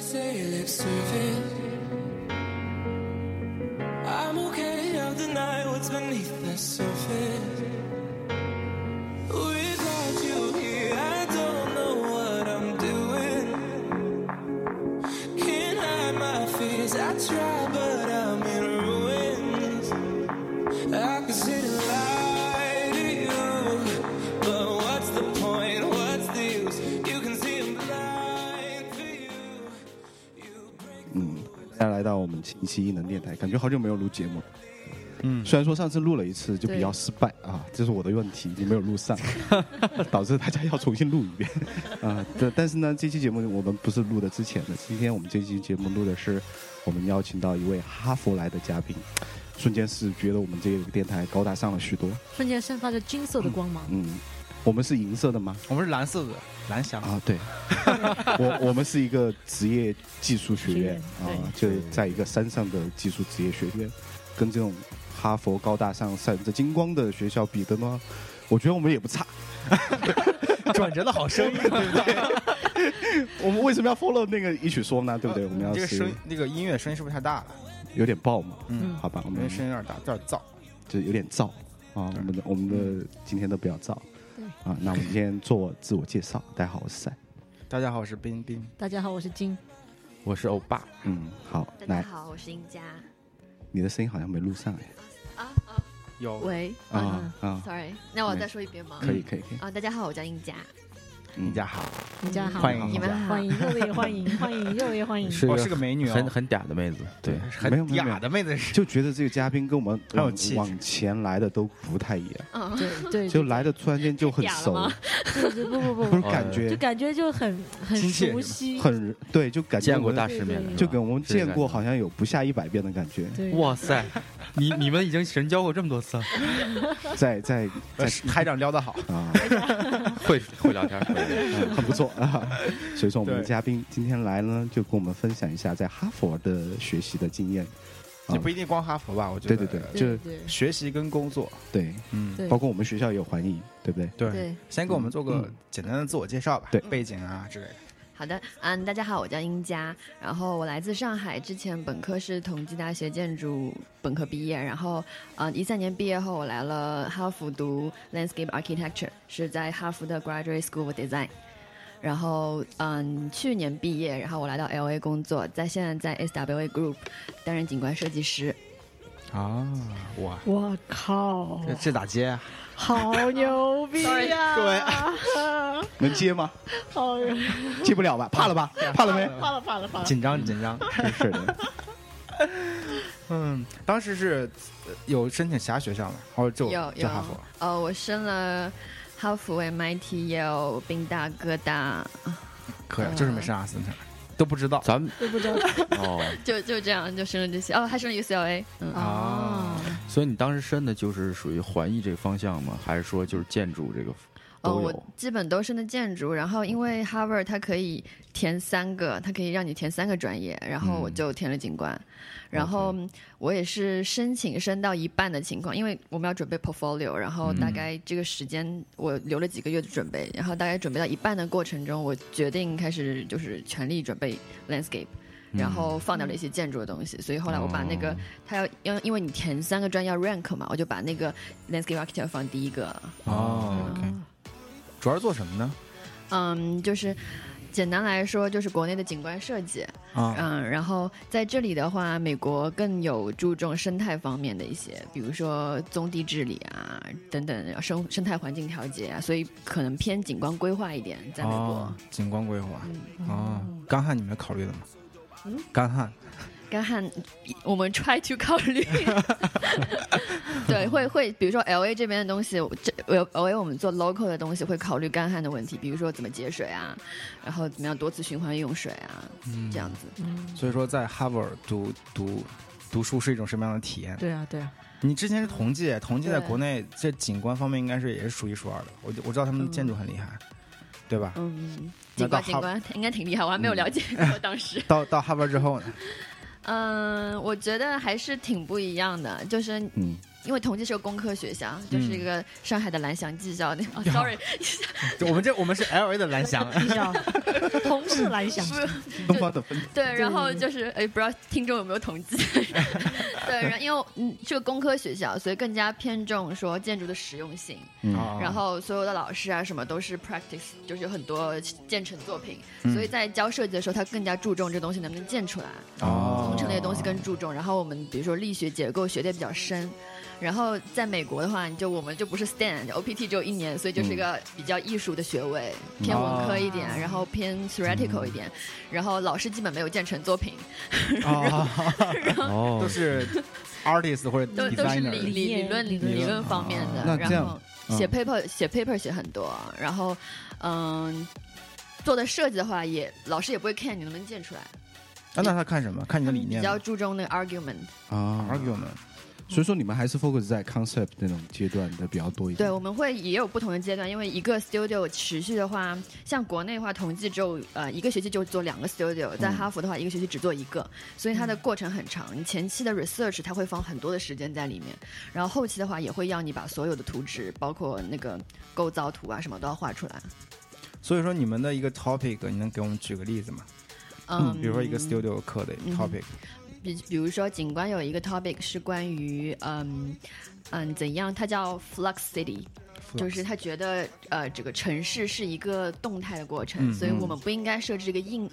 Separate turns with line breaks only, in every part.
say lip service. I'm okay, I'll deny what's beneath the surface. Without you here, I don't know what I'm doing. Can't hide my fears, I try, but I'm in ruins. I could sit and lie to you, but what's the point? What's the use? You can see I'm blind for you. You break.
大家来到我们新一期异能电台，感觉好久没有录节目了。
嗯，
虽然说上次录了一次就比较
对
失败啊，这是我的问题，你没有录上，导致大家要重新录一遍啊。但但是呢，这期节目我们不是录的之前的，今天我们这期节目录的是我们邀请到一位哈佛来的嘉宾，瞬间是觉得我们这个电台高大上了许多。
瞬间散发着金色的光芒。
嗯，我们是银色的吗？
我们是蓝色的，蓝翔。
啊，对，我我们是一个职业技术学院啊
学院，
就在一个山上的技术职业学院，跟这种哈佛高大上、闪着金光的学校比的呢，我觉得我们也不差。
转折的好 生硬，对不对？
我们为什么要 follow 那个一曲说呢？对不对？我们要
这个
是
声，那个音乐声音是不是太大了？
有点爆嘛，
嗯
好吧，我
我们
们
声音有点大，有点燥。
就有点燥啊。我们的我们的今天都不要燥
对
啊。那我们先做自我介绍，大家好，我是赛。
大家好，我是冰冰。
大家好，我是金。
我是欧巴，
嗯，好，
大家
来，
好，我是英佳。
你的声音好像没录上哎。
啊啊
有
喂
啊啊，
，sorry，那我
没
再说一遍吗？
可以可以可以，
啊，大家好，我叫英佳。
嗯
大家好，
大家好，
欢
啊
迎
你们好，
欢迎，热烈欢 迎，欢迎，热烈
嗯
欢迎。
我是个美女哦，
很很嗲的妹子，对，
没有
很
没有没有
嗲的妹子是。
就觉得这个嘉宾跟我们
很有
往
气质
往前来的都不太一样，
嗯，
对对，
就来的突然间就很熟，
太嗲了吗
对对不不
不是
不，
感
就
觉
感觉就很很
亲切
熟悉，
很对，就感觉
见
我
过
们
大世面了，
嗯就给我们
是这
见过，
感觉
好像有不下一百遍的感觉，
对，
哇塞，你你们已经神交过这么多次了，
在在
呃台长撩的好，
啊，
会会聊天，会聊天
嗯很不错啊。所以说我们的
对
嘉宾今天来呢，就跟我们分享一下在哈佛的学习的经验，
也不一定光哈佛吧？我觉
对
得
嗯对对，
对
就
对
学习跟工作，
对，
嗯，
对
包括我们学校也有环艺，对不对？
对。
对，
先给我们做个
嗯
简单的自我介绍吧，
对
背景啊之类的。
好的，嗯，大家好，我叫英佳，然后我来自上海，之前本科是同济大学建筑本科毕业，然后嗯一三年毕业后我来了哈佛读 landscape architecture，是在哈佛的 Graduate School of Design，然后嗯去年毕业，然后我来到 LA 工作，在现在在 SWA Group 担任景观设计师，
啊，
哦
哇，
我靠，
这这咋接啊？
好牛逼呀！
各位
能接吗？
好，
接不了吧？怕了吧？怕了没？
怕了怕了怕了。
紧张紧张。
真是的，
嗯，当时是呃有申请其他学校吗？哦，就
有
就
有
哈佛。
呃，我申了哈佛、MIT、Yale、宾大、哥大，
可
嗯
以，就是没上阿斯特，都不知道。
咱们
都不知道
哦，
就就这样就申了这些。哦，还申了 UCLA，嗯，
啊
啊！
所以你当时申的就是属于环艺这个方向吗？还是说就是建筑这个
哦，
都
我
有？嗯
基本都申的建筑，然后因为 Harvard 它可以填三个，它可以让你填三个专业，然后我
嗯
就填了景观。然后我也是申请申到一半的情况，因为我们要准备 portfolio，然后大概这个时间我留了几个月的准备，然后大概准备到一半的过程中，我决定开始就是全力准备 landscape。然后放掉了一些建筑的东西，所以后来我把那个、
嗯哦
他要因为因为你填三个专业要 rank 嘛，我就把那个 landscape architect 放第一个，
哦，OK，主要是做什么呢？
嗯，就是简单来说，就是国内的景观设计。
啊，
嗯，然后在这里的话，美国更有注重生态方面的一些，比如说棕地治理啊等等，生生态环境调节啊，所以可能偏景观规划一点，在美国。
哦，景观规划。
嗯，
哦，干旱你们考虑了吗？
嗯，
干旱
干旱，我们 try to 考虑， 对，会会，比如说 L A 这边的东西，这 L A 我们做 local 的东西会考虑干旱的问题，比如说怎么节水啊，然后怎么样多次循环用水啊，这样子。
嗯
嗯
所以说，在哈佛读读读书是一种什么样的体验？
对啊对啊，
你之前是同济，同济在
对
国内这景观方面应该是也是数一数二的。我就我知道他们的建筑很厉害，对吧？
嗯，
那
警
到嗯
官
哈
警官应该挺厉害，我还没有了解过当 时。
到到哈佛之后呢？
嗯，我觉得还是挺不一样的，就是
嗯，
因为同济是个工科学校，就是
嗯
一个上海的蓝翔技校那、 哦、，sorry，
就我们这我们是 L A 的蓝 翔，啊
你知道，同事来想，
东方的分
对，然后就是哎，不知道听众有没有统计？对，然后因为嗯是个工科学校，所以更加偏重说建筑的实用性，
啊
然后所有的老师啊什么都是 practice，就是有很多建成作品，所以在教设计的时候，他更加注重这东西能不能建出来，
哦
工程类的东西更注重。然后我们比如说力学结构学的比较深。然后在美国的话，你就我们就不是 STEM，OPT 只有一年，所以就是一个比较艺术的学位，偏文科一点，然后偏 theoretical 一点，然后老师基本没有建成作品，
啊，
哦
都 是 artist 或者
都都是理
designer，
理理论理
理论
理论方面
啊
的，
那这
然
样
后写 paper 写 paper 写很多，然后嗯。做的设计的话也，老师也不会看你能不能建出来，
啊那他看什么？看你的理
嗯比
念
较注重那个 argument。
啊，
，argument，
所以说你们还是 focus 在 concept 那种阶段的比较多一点。
对，我们会也有不同的阶段，因为一个 studio 持续的话，像国内的话，统计只有呃一个学期就做两个 studio，在哈佛的话，一个学期只做一个，所以它的过程很长。你前期的 research 它会放很多的时间在里面，然后后期的话也会要你把所有的图纸，包括那个构造图啊什么都要画出来。
所以说你们的一个 topic，你能给我们举个例子吗？
嗯，
比如说一个 studio 课的
嗯
topic，
比比如说景观有一个 topic 是关于嗯嗯怎样，它叫 flux city，就是他觉得呃这个城市是一个动态的过程，
嗯
所以我们不应该设置一个硬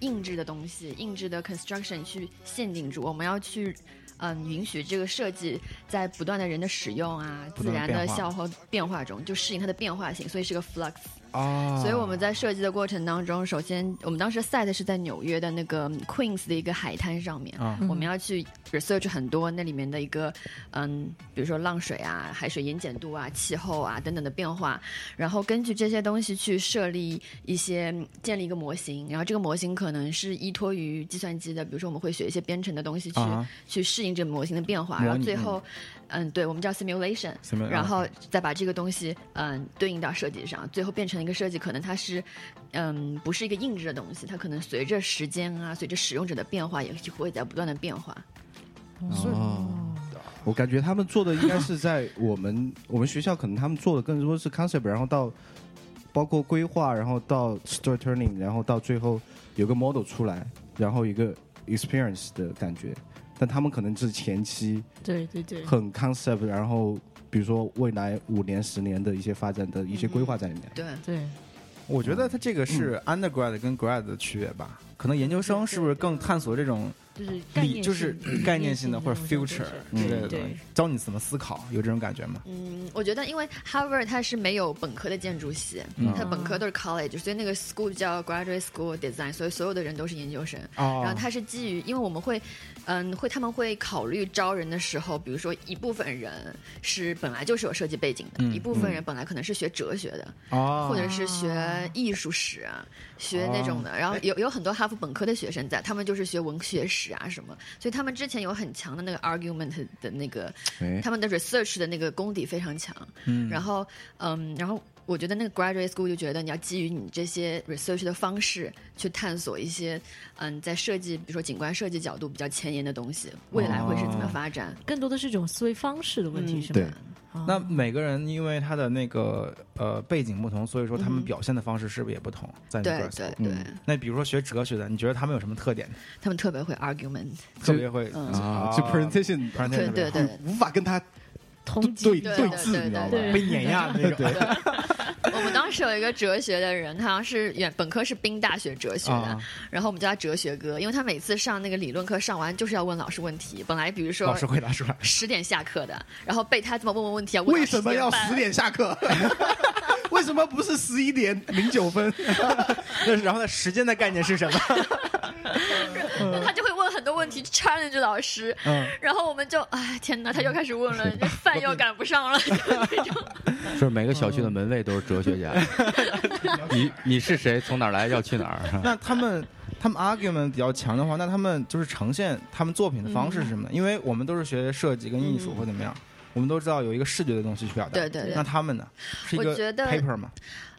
硬质的东西，硬质的 construction 去限定住，我们要去。嗯，允许这个设计在不断的人的使用啊，
不
自
断地
然的
变化
消耗变化中，就适应它的变化性，所以是个 flux。
啊
所以我们在设计的过程当中，首先我们当时 site 是在纽约的那个 Queens 的一个海滩上面，
啊
我们要去 research 很多那里面的一个嗯，比如说浪水啊、海水盐碱度啊、气候啊等等的变化，然后根据这些东西去设立一些建立一个模型，然后这个模型可能是依托于计算机的，比如说我们会学一些编程的东西去、
啊
去适应这个模型的变化，
模拟
然后最后嗯，对，我们叫 simulation，
Simulation
然后再把这个东西嗯对应到设计上，最后变成一个设计，可能它是嗯不是一个硬质的东西，它可能随着时间啊，随着使用者的变化，也会在不断的变化。
哦，我感觉他们做的应该是在我们 我们学校，可能他们做的更多是 concept，然后到包括规划，然后到 story turning，然后到最后有个 model 出来，然后一个 experience 的感觉。但他们可能是前期
对对对，
很 concept，然后比如说未来五年、十年的一些发展的一些规划在里面。
对，
对，
我觉
嗯
得它这个是 undergrad 跟 grad 的区别吧？可能研究生是不是更探索这种
就是概念
理，
性
就是概念性的或者
理念性的
future 之类的
对
东西
对，
教你怎么思考，有这种感觉吗？
嗯，我觉得因为 Harvard 它是没有本科的建筑系，
啊
它
哎
本科都是 college，所以那个 school 叫 Graduate School Design，所以所有的人都是研究生。
哦
然后它是基于，因为我们会，嗯，会他们会考虑招人的时候，比如说一部分人是本来就是有设计背景的，一部分人本来可能是学哲学的，
哦
或者是学艺术史啊，学那种的。然后有有很多哈佛本科的学生在，他们就是学文学史啊什么，所以他们之前有很强的那个 argument 的那个，
哎
他们的 research 的那个功底非常强。然后嗯，然后。我觉得那个 graduate school 就觉得你要基于你这些 research 的方式去探索一些，嗯，在设计，比如说景观设计角度比较前沿的东西，未来会是怎么发展？
更多的是一种思维方式的问题，
嗯
是吗？
对，
哦
那每个人因为他的那个呃背景不同，所以说他们表现的方式是不是也不同？在
嗯对
grad
对
school 嗯
对，
那比如说学哲学的，你觉得他们有什么特点？
他们特别会 argument，
特别会
啊，这 presentation
嗯对对对，
无法跟他
同级
对
对
对
对
峙，
对
你知道吧
对？
被碾压的那种。哎
我们当时有一个哲学的人，他好像是原本科是宾大学哲学的，
啊
然后我们叫他哲学哥，因为他每次上那个理论课上完就是要问老师问题。本来比如说
老师回答出来，
十点下课的，然后被他这么问问问题啊，问到
为什么要
10
十
半？
点下 课？为什么不是十一点零九 分？
那然后呢？时间的概念是什么？
那他就会问很多问题 challenge 老师，
嗯
然后我们就哎天哪，他又开始问了，这饭又赶不上了，
就是每个小区的门卫都是哲学家。你你是谁？从哪儿来？要去哪儿？
那他们他们 argument 比较强的话，那他们就是呈现他们作品的方式是什么
嗯
呢？因为我们都是学设计跟艺术或怎么样，我们都知道有一个视觉的东西去表达。
对对对
那他们呢？是一
我
个
觉得
paper 嘛？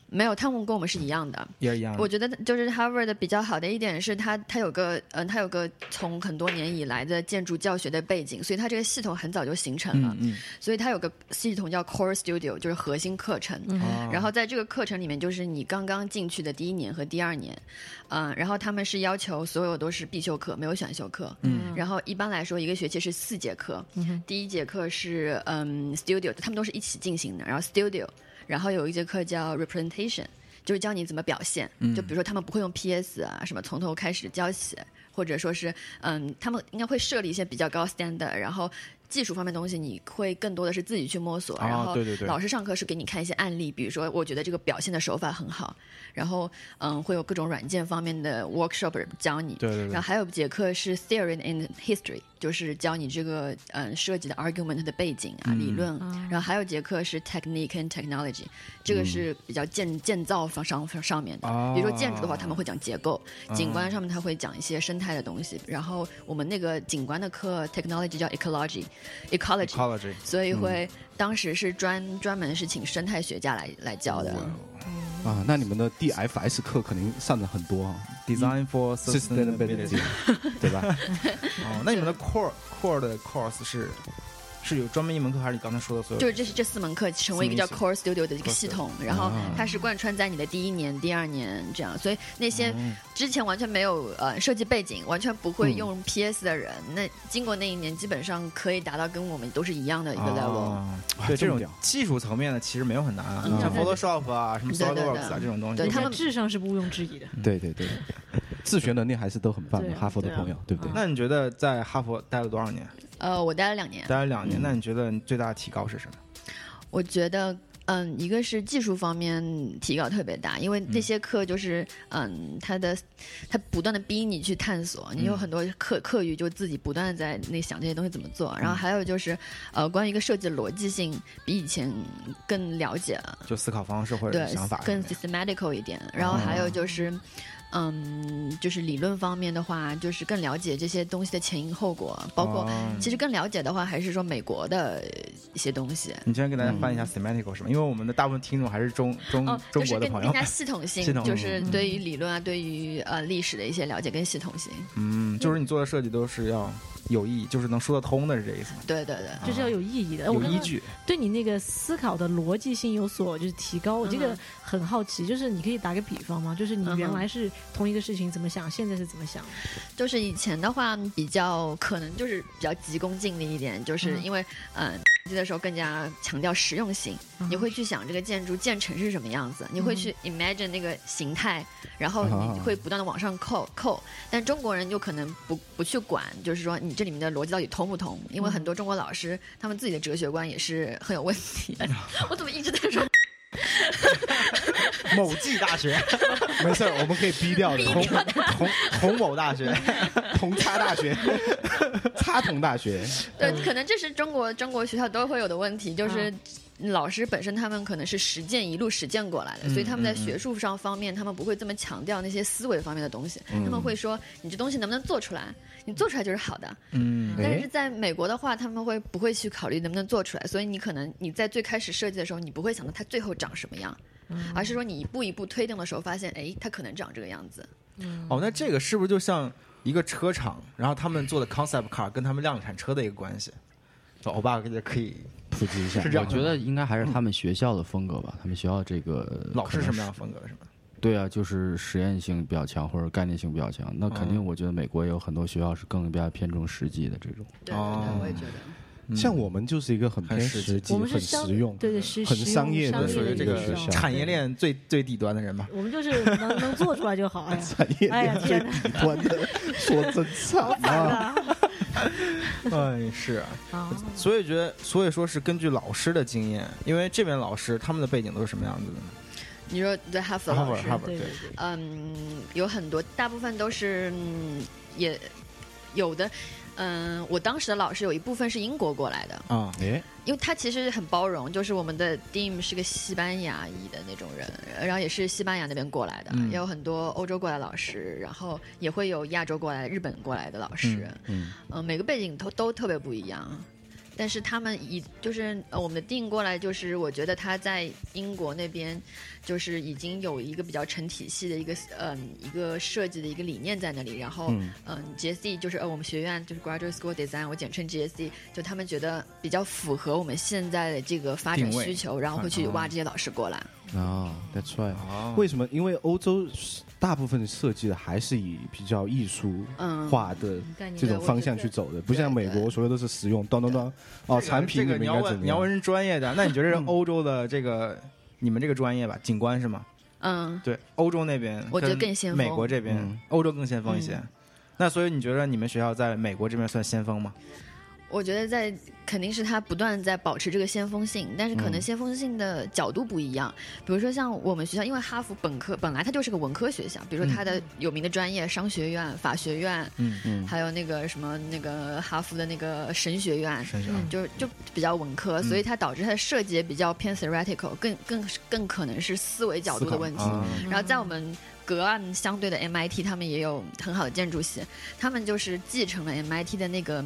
没有，他们跟我们是一样的。
也是一样的。
我觉得就是 Harvard 比较好的一点是它，它有个嗯、呃，它有个从很多年以来的建筑教学的背景，所以它这个系统很早就形成了。
嗯嗯，
所以它有个系统叫 Core Studio，就是核心课程。
嗯
哦
嗯然后在这个课程里面，就是你刚刚进去的第一年和第二年，嗯、然后他们是要求所有都是必修课，没有选修课。
嗯
然后一般来说，一个学期是四节课，
哼
第一节课是嗯 studio，他们都是一起进行的。然后 studio，然后有一节课叫 representation，就是教你怎么表现。
嗯
就比如说他们不会用 PS 啊，什么从头开始教起，或者说是嗯，他们应该会设立一些比较高 standard，然后。技术方面的东西，你会更多的是自己去摸索，
啊
然后
对对对
老师上课是给你看一些案例，比如说我觉得这个表现的手法很好，然后嗯会有各种软件方面的 workshop 教你，
对对
然
对
后，还有节课是 Theory and History，就是教你这个嗯设计的 argument 的背景
嗯
啊、理论。
啊
然后还有节课是 Technique and Technology，这个是比较建建造方上上面的。
哦
比如说建筑的话，他们会讲结构；
啊
景观上面他会讲一些生态的东西。然后我们那个景观的课 Technology 叫 Ecology，Ecology，
ecology 嗯
所以会当时是专专门是请生态学家来来教的。
啊，那你们的 DFS 课肯定上的很多啊
design for
，sustainability
嗯 sustainability。，
对吧？
哦，那你们的 core core 的 course 是是有专门一门课，还是你刚才说的所有？
就是这是这四门课成为一个叫啊 Core Studio 的一个系统，然后它是贯穿在你的第一年、第二年这样，所以那些之前完全没有呃设计背景、完全不会用 PS 的人，那经过那一年，基本上可以达到跟我们都是一样的一个 level。
哦
哇
对
这
这
么
种
屌
技术层面的其实没有很难啊，
嗯
像
对
Photoshop 啊、什么
对对对
SolidWorks 啊这种东西，
对他们啊
智商是毋庸置疑的。
对对对，嗯 自学能力还是都很棒
对
的，
啊
哈佛的
对啊
朋友，对不对？
那你觉得在哈佛待了多少年？
呃，我待了两年，
待了两
嗯
年，那你觉得你最大的提高是什么？
我觉得，嗯，一个是技术方面提高特别大，因为那些课就是，嗯，它的它不断的逼你去探索，你有很多课课余就自己不断的在那想这些东西怎么做。
嗯
然后还有就是，呃，关于一个设计的逻辑性，比以前更了解了，
就思考方式或者
对
是哦想法，
更 systematical 一点。然后还有就是。嗯，就是理论方面的话，就是更了解这些东西的前因后果，包括
哦
其实更了解的话，还是说美国的一些东西。
你先给大家翻译一下 semantical 什么？因为我们的大部分听众还是中中
嗯哦，
中
就是
国的
更
朋
更
友
加，系统性，
系统嗯
就是对于理论啊，对于呃历史的一些了解跟系统性。
嗯，就是你做的设计都是要有意义，就是能说得通的，是这意思吗？啊
对对对，
就是要有意义的。哎我
有
刚
依
刚
据，
对你那个思考的逻辑性有所就是提高，我这个
嗯
很好奇，就是你可以打个比方吗？就是你
嗯哼
原来是同一个事情怎么想，现在是怎么想？
就是以前的话比较可能就是比较急功近利一点，就是
嗯
因为嗯。呃设计的时候更加强调实用性，
嗯
你会去想这个建筑建成是什么样子，你
嗯
会去 imagine 那个形态，然后
啊
你会不断的往上扣扣。但中国人就可能不不去管，就是说你这里面的逻辑到底通不通？因为
嗯
很多中国老师他们自己的哲学观也是很有问 题的。我怎么一直在说
某暨大学、
没事儿，我们可以逼掉 的。
同同同某大学，
同差大 学，差同大学，
对，可能这是中国中国学校都会有的问题，就是老师本身他们可能是实践一路实践过来的，所以他们在学术上方面，他们不会这么强调那些思维方面的东西，他们会说你这东西能不能做出来，你做出来就是好的。
嗯
但是在美国的话，他们会不会去考虑能不能做出来？所以你可能你在最开始设计的时候，你不会想到它最后长什么样，而是说你一步一步推动的时候，发现哎，它可能长这个样子。
哦，那这个是不是就像一个车厂，然后他们做的 concept car 跟他们量产车的一个关系？就欧巴也可以，
普及一下
是这
我
样嗯
觉得应该还是他们学校的风格吧，他们学校这个
老师
可能
什么样的风格是吗？
对啊，就是实验性比较强或者概念性比较强。那肯
嗯
定，我觉得美国也有很多学校是更加偏重实际的这种。
对对对，我也觉得。
像我们就是一个很偏
很实际
实际、
嗯我们
很
是相
实用，
对对实
很
实用
商业的
商
属
属
于
于
这
这
个
学
个
校
学校
产业链最最底端的人吧。
我们就是能能做出来就好。 哎呀，
产业
哎呀
链最
天哪
底端的，说真 惨啊！
哎，是，
啊，
所以觉得，所以说是根据老师的经验，因为这边老师他们的背景都是什么样子的呢？
你说对哈佛
哈
老
佛，
师，
哈佛，
对
对，
对
嗯，有很多，大部分都是、嗯、也有的。嗯，我当时的老师有一部分是英国过来的，
啊，
哎，
因为他其实很包容，就是我们的 Dean 是个西班牙裔的那种人，然后也是西班牙那边过来的，
嗯
也有很多欧洲过来的老师，然后也会有亚洲过来、日本过来的老师，呃
嗯
嗯每个背景都都特别不一样。但是他们已就是呃我们的定过来，就是我觉得他在英国那边，就是已经有一个比较成体系的一个嗯一个设计的一个理念在那里。然后
嗯
嗯 g s c 就是呃我们学院就是 Graduate School Design，我简称 GSC，就他们觉得比较符合我们现在的这个发展
定位
需求，然后会去挖这些老师过来。
啊，
That's right。
哦
为什么？因为欧洲大部分设计的还是以比较艺术
嗯
化的
概念
这种方向去走的，不像美国所有都是实用，当当当哦，产品
这
你们
个你
应
要
该怎
问
么
你要问
样？
是专业的，那你觉得是欧洲的这个你们这个专业吧，景观是吗？
嗯，
对，欧洲那边
我觉得
跟
更先锋
美国这边
嗯
欧洲更先锋一些
嗯。
那所以你觉得你们学校在美国这边算先锋吗？
我觉得在肯定是他不断在保持这个先锋性，但是可能
嗯
先锋性的角度不一样。比如说像我们学校，因为哈佛本科本来它就是个文科学校，比如说它的有名的专业商学院、法学院，
嗯嗯，
还有那个什么那个哈佛的那个神学院，
是啊嗯是。
嗯
就就比较文科，所以它导致它的设计也比较偏 theoretical，更更更可能是思维角度的问题。
啊
嗯
然后在我们隔岸相对的 MIT，他们也有很好的建筑系，他们就是继承了 MIT 的那个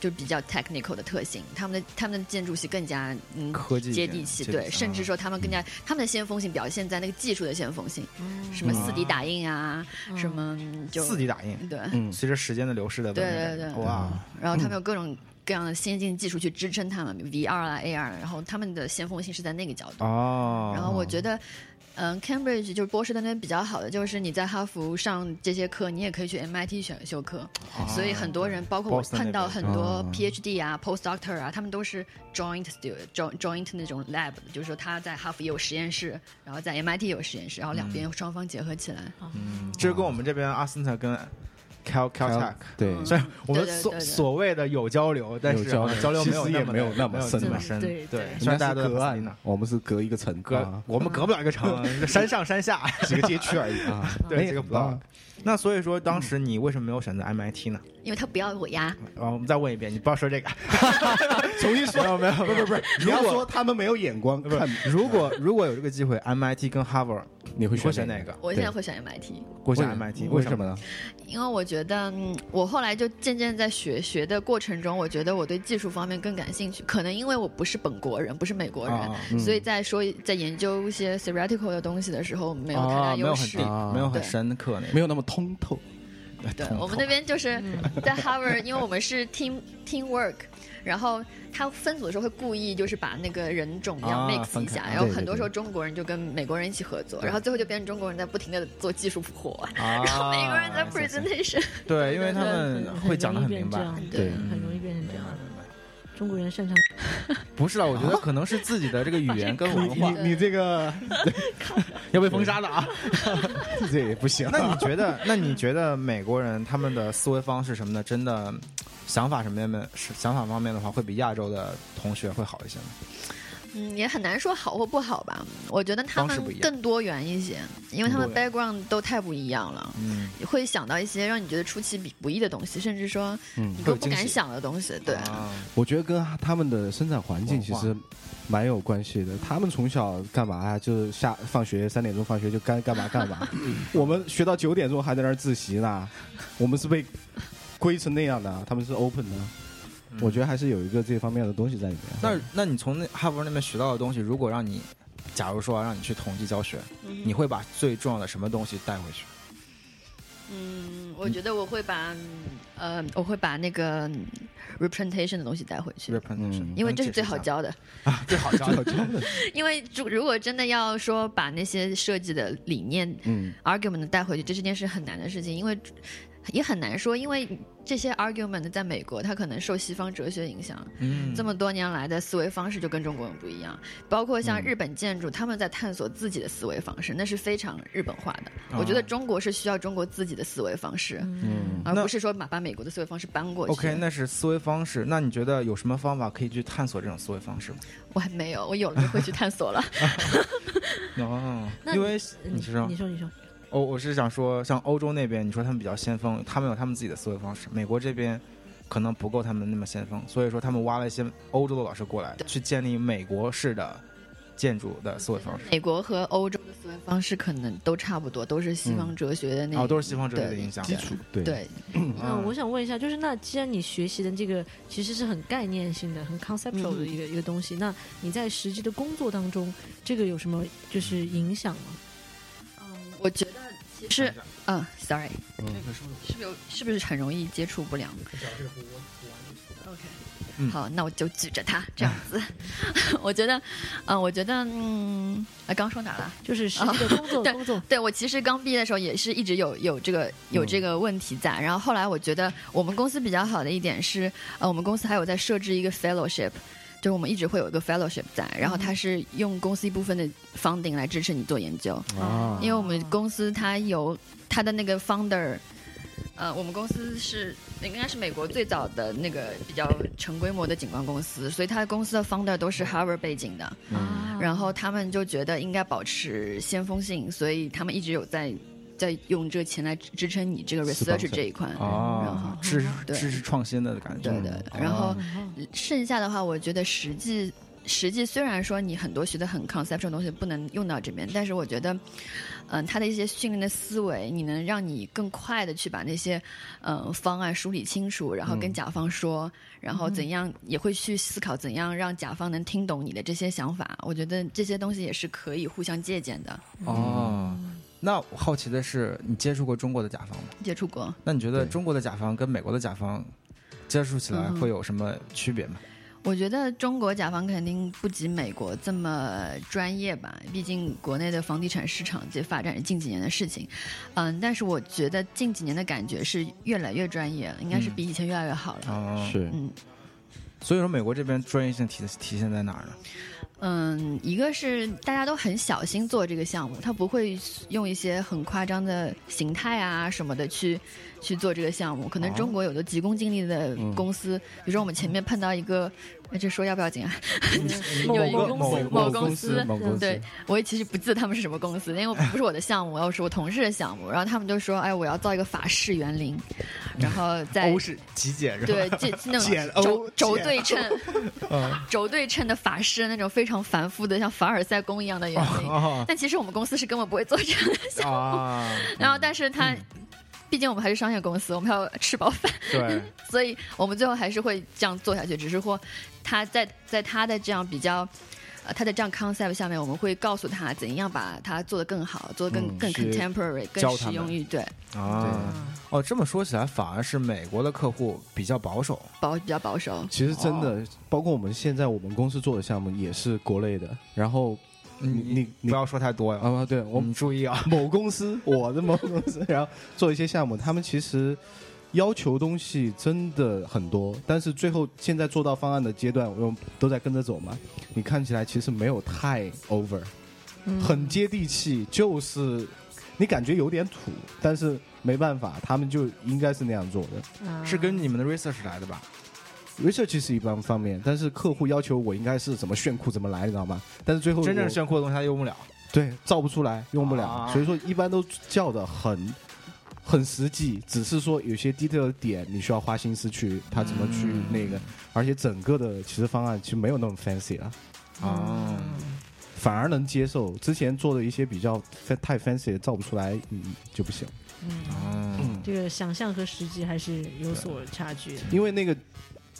就比较 technical 的特性，他们的他们的建筑系更加嗯
科技一
接
点
地气，对，甚
啊
至说他们更
嗯
加他们的先锋性表现在那个技术的先锋性，什么四 D 打印啊，
嗯
什么就
四 D 打印，
对，
嗯
随着时间的流逝的文明
对
感觉，
对对
哇，
然后他们
嗯
有各种。各样的先进技术去支撑他们，VR 啊、AR，啊然后他们的先锋性是在那个角度。
嗯
哦，
然后我觉得，嗯，Cambridge 就是波士顿那边比较好的，就是你在哈佛上这些课，你也可以去 MIT 选修课，
哦
所以很多人，包括我
Boston 那
碰到
边哦
很多
啊
PhD 啊、Postdoctor 啊，他们都是 joint student joint joint 那种 lab，的就是说他在哈佛也有实验室，然后在 MIT 也有实验室，然后两
嗯
边双方结合起来。
这跟我们这边阿森特跟 Cal Caltech，
对，
虽然我们
对对
所
对对
所谓的有交流，但是啊
有交流
交流没有
其实也
么
没有那么
么有那么深
深，对对
虽然大家都在
隔
Pasadena
岸，我们是隔一个城，
隔
啊
我们隔不了一个 城，山上山下几个街区而已。
啊，
对，这个不到
啊。
那所以说，当时你为什么没有选择 MIT 呢？
因为他不要我呀，
啊，我们再问一遍，你不要说这个。
重新说，没有没有，不是不是，你要
如果
说他们没有眼光，
不是
看
如果如果有这个机会，MIT 跟哈佛，
你会
你会选
选
哪
个？
个？
我现在会选 MIT，
我
为
选 MIT，
为
什
什么？呢？
因为我觉得，嗯，我后来就渐渐在学学的过程中，我觉得我对技术方面更感兴趣，可能因为我不是本国人，不是美国人，
啊
嗯
所以在说在研究一些 theoretical 的东西的时候，没有太大
啊，没有
优
很
势。
deep，没有很
对
深刻那
没有那么通透，
种。
对
通
我们
透
那边就是在 Harvard，因为我们是 team team work，然后他分组的时候会故意就是把那个人种要
啊
mix
分
一
开
下，
啊
然后
对对
很多
对
时候中国人就跟美国人一起合作，
对
然后最后就变成中国人在不停的做技术活，
啊，
然后美国人在
是是
presentation。
对，因为他
嗯
们会讲的很明白。
对嗯
对，很容易变成这样。中国人擅长
不是啊，我觉得可能是自己的这个语言跟文化
你这个
要被封杀的 啊。
这也不行。
那你觉得？那你觉得美国人他们的思维方式什么的，真的想法什么的，是想法方面的话，会比亚洲的同学会好一些吗？
嗯，也很难说好或不好吧。我觉得他
方式不
们
一样
更多元一些，因为他们
更
background 都太不一样了，
嗯，
会想到一些让你觉得出其不意的东西，甚至说
嗯
你
会
都
有
不
惊
敢
喜
想的东西。对，
啊
我觉得跟他们的生长环境
文
其
化
实蛮有关系的。他们从小干嘛啊？就下放学三点钟放学就干干嘛干 嘛。我们学到九点钟还在那儿自习呢，我们是被规成那样的，他们是 open 的。我觉得还是有一个这方面的东西在里面。
那那你从那哈佛那边学到的东西，如果让你，假如说让你去统计教学，你会把最重要的什么东西带回去？
嗯，我觉得我会把呃，我会把那个嗯 representation 的东西带回去。
representation，
因为这是最好
教
教的，
最好教的。
因为如如果真的要说把那些设计的理念
嗯
argument 带回去，这是件是很难的事情，因为也很难说，因为这些 argument 在美国，它可能受西方哲学影响，
嗯
这么多年来的思维方式就跟中国人不一样。包括
嗯
像日本建筑，他们在探索自己的思维方式，那是非常日本化的。
啊
我觉得中国是需要中国自己的思维方式，
嗯，
而
那
不是说把把美国的思维方式搬过去。
OK，那是思维方式。那你觉得有什么方法可以去探索这种思维方式吗？
我还没有，我有了就会去探索了。
哦，
那
因为
你
你说
嗯你，说你说，
我我是想说，像欧洲那边，你说他们比较先锋，他们有他们自己的思维方式。美国这边可能不够他们那么先锋，所以说他们挖了一些欧洲的老师过来，去建立美国式的建筑的思维方式。
美国和欧洲的思维方式可能都差不多，都是西方哲学的那、
哦，都是西方哲学的影响。
基础对
对，
嗯，我想问一下，就是那既然你学习的这个其实是很概念性的、很 conceptual 的一个、一个东西，那你在实际的工作当中，这个有什么就是影响吗？
我觉得其实嗯，sorry，
嗯
那个是不是有是不是很容易接触不良？OK，、
嗯
好，那我就举着它这样子。 我觉得，嗯、我觉得，嗯，啊，刚说哪了？
就是实际的工作、
对
工作，
对我其实刚毕业的时候也是一直有有这个有这个问题在，然后后来我觉得呃我们公司比较好的一点是，呃，我们公司还有在设置一个 fellowship。就是我们一直会有一个 fellowship 在，然后它是用公司一部分的 funding 来支持你做研究，
啊
哦因为我们公司它有它的那个 founder，呃，我们公司是应该是美国最早的那个比较成规模的景观公司，所以它的公司的 founder 都是 Harvard 背景的，
嗯
啊
然后他们就觉得应该保持先锋性，所以他们一直有在在用这个钱来支支撑你这个 research
Sponsor
这一块。嗯然后
哦，知识
对
知识创新的感觉。
对对对然后剩下的话，我觉得实际实际虽然说你很多学的很 conceptual 的东西不能用到这边，但是我觉得，嗯，他的一些训练的思维，你能让你更快的去把那些嗯方案梳理清楚，然后跟甲方说，然后怎样也会去思考怎样让甲方能听懂你的这些想法。我觉得这些东西也是可以互相借鉴的。
哦，那我好奇的是，你接触过中国的甲方吗？
接触过，
那你觉得
对
中国的甲方跟美国的甲方接触起来
嗯
会有什么区别吗？
我觉得中国甲方肯定不及美国这么专业吧，毕竟国内的房地产市场这发展是近几年的事情，嗯，但是我觉得近几年的感觉是越来越专业了，应该是比以前越来越好了。
哦，
是
嗯
所以说美国这边专业性体体现在哪儿呢？
嗯，一个是大家都很小心做这个项目，他不会用一些很夸张的形态啊什么的去去做这个项目。可能中国有的急功近利的公司，比如说我们前面碰到一个，哎这说要不要紧啊？
某
有一
某
个
公
某
司
某
公
公司
某公司
对我也其实不记得他们是什么公司，因 为我不是我的项目，然后是我同事的项目。然后他们就说：“哎，我要造一个法式园林，然后在
是集结是吧？
对这那
简
种
欧嗯
轴轴
简
对称、 轴对称的法式那种非常繁复的像凡尔赛宫一样的园林。
啊
但其实我们公司是根本不会做这样的项目。
啊，
然后，但是他、
嗯
毕竟我们还是商业公司，我们还要吃饱饭。
对，
所以我们最后还是会这样做下去，只是说他在在他的这样比较。呃，他的这样 concept 下面，我们会告诉他怎样把它做得更好，做得更、
嗯
更
去
contemporary，
教
更
他
实
们
用于对
啊，哦，这么说起来，反而是美国的客户比较保守
保比较保守。
其实真的，包括我们现在我们公司做的项目也是国内的，然后
嗯
你
你你
不要说太多呀，
啊，对我
我
们
们注意啊。
某公司，我的某公司，然后做一些项目，他们其实要求东西真的很多，但是最后现在做到方案的阶段，我们都在跟着走嘛。你看起来其实没有太 over，、很接地气，就是你感觉有点土，但是没办法，他们就应该是那样做的。
嗯
是跟你们的 research 来的吧？
research 是一般方面，但是客户要求我应该是怎么炫酷怎么来，你知道吗？但是最后
真正
我
炫酷的东西他用不了。
对，造不出来，用不了，
啊
所以说一般都叫的很很实际，只是说有些 detail 的点你需要花心思去它怎么去那
嗯
个，而且整个的其实方案其实没有那么 fancy 了，
嗯
哦，
反而能接受。之前做的一些比较 fa- 太 fancy 的造不出来，嗯就不行，
嗯，
这个想象和实际还是有所差距的。
因为那个。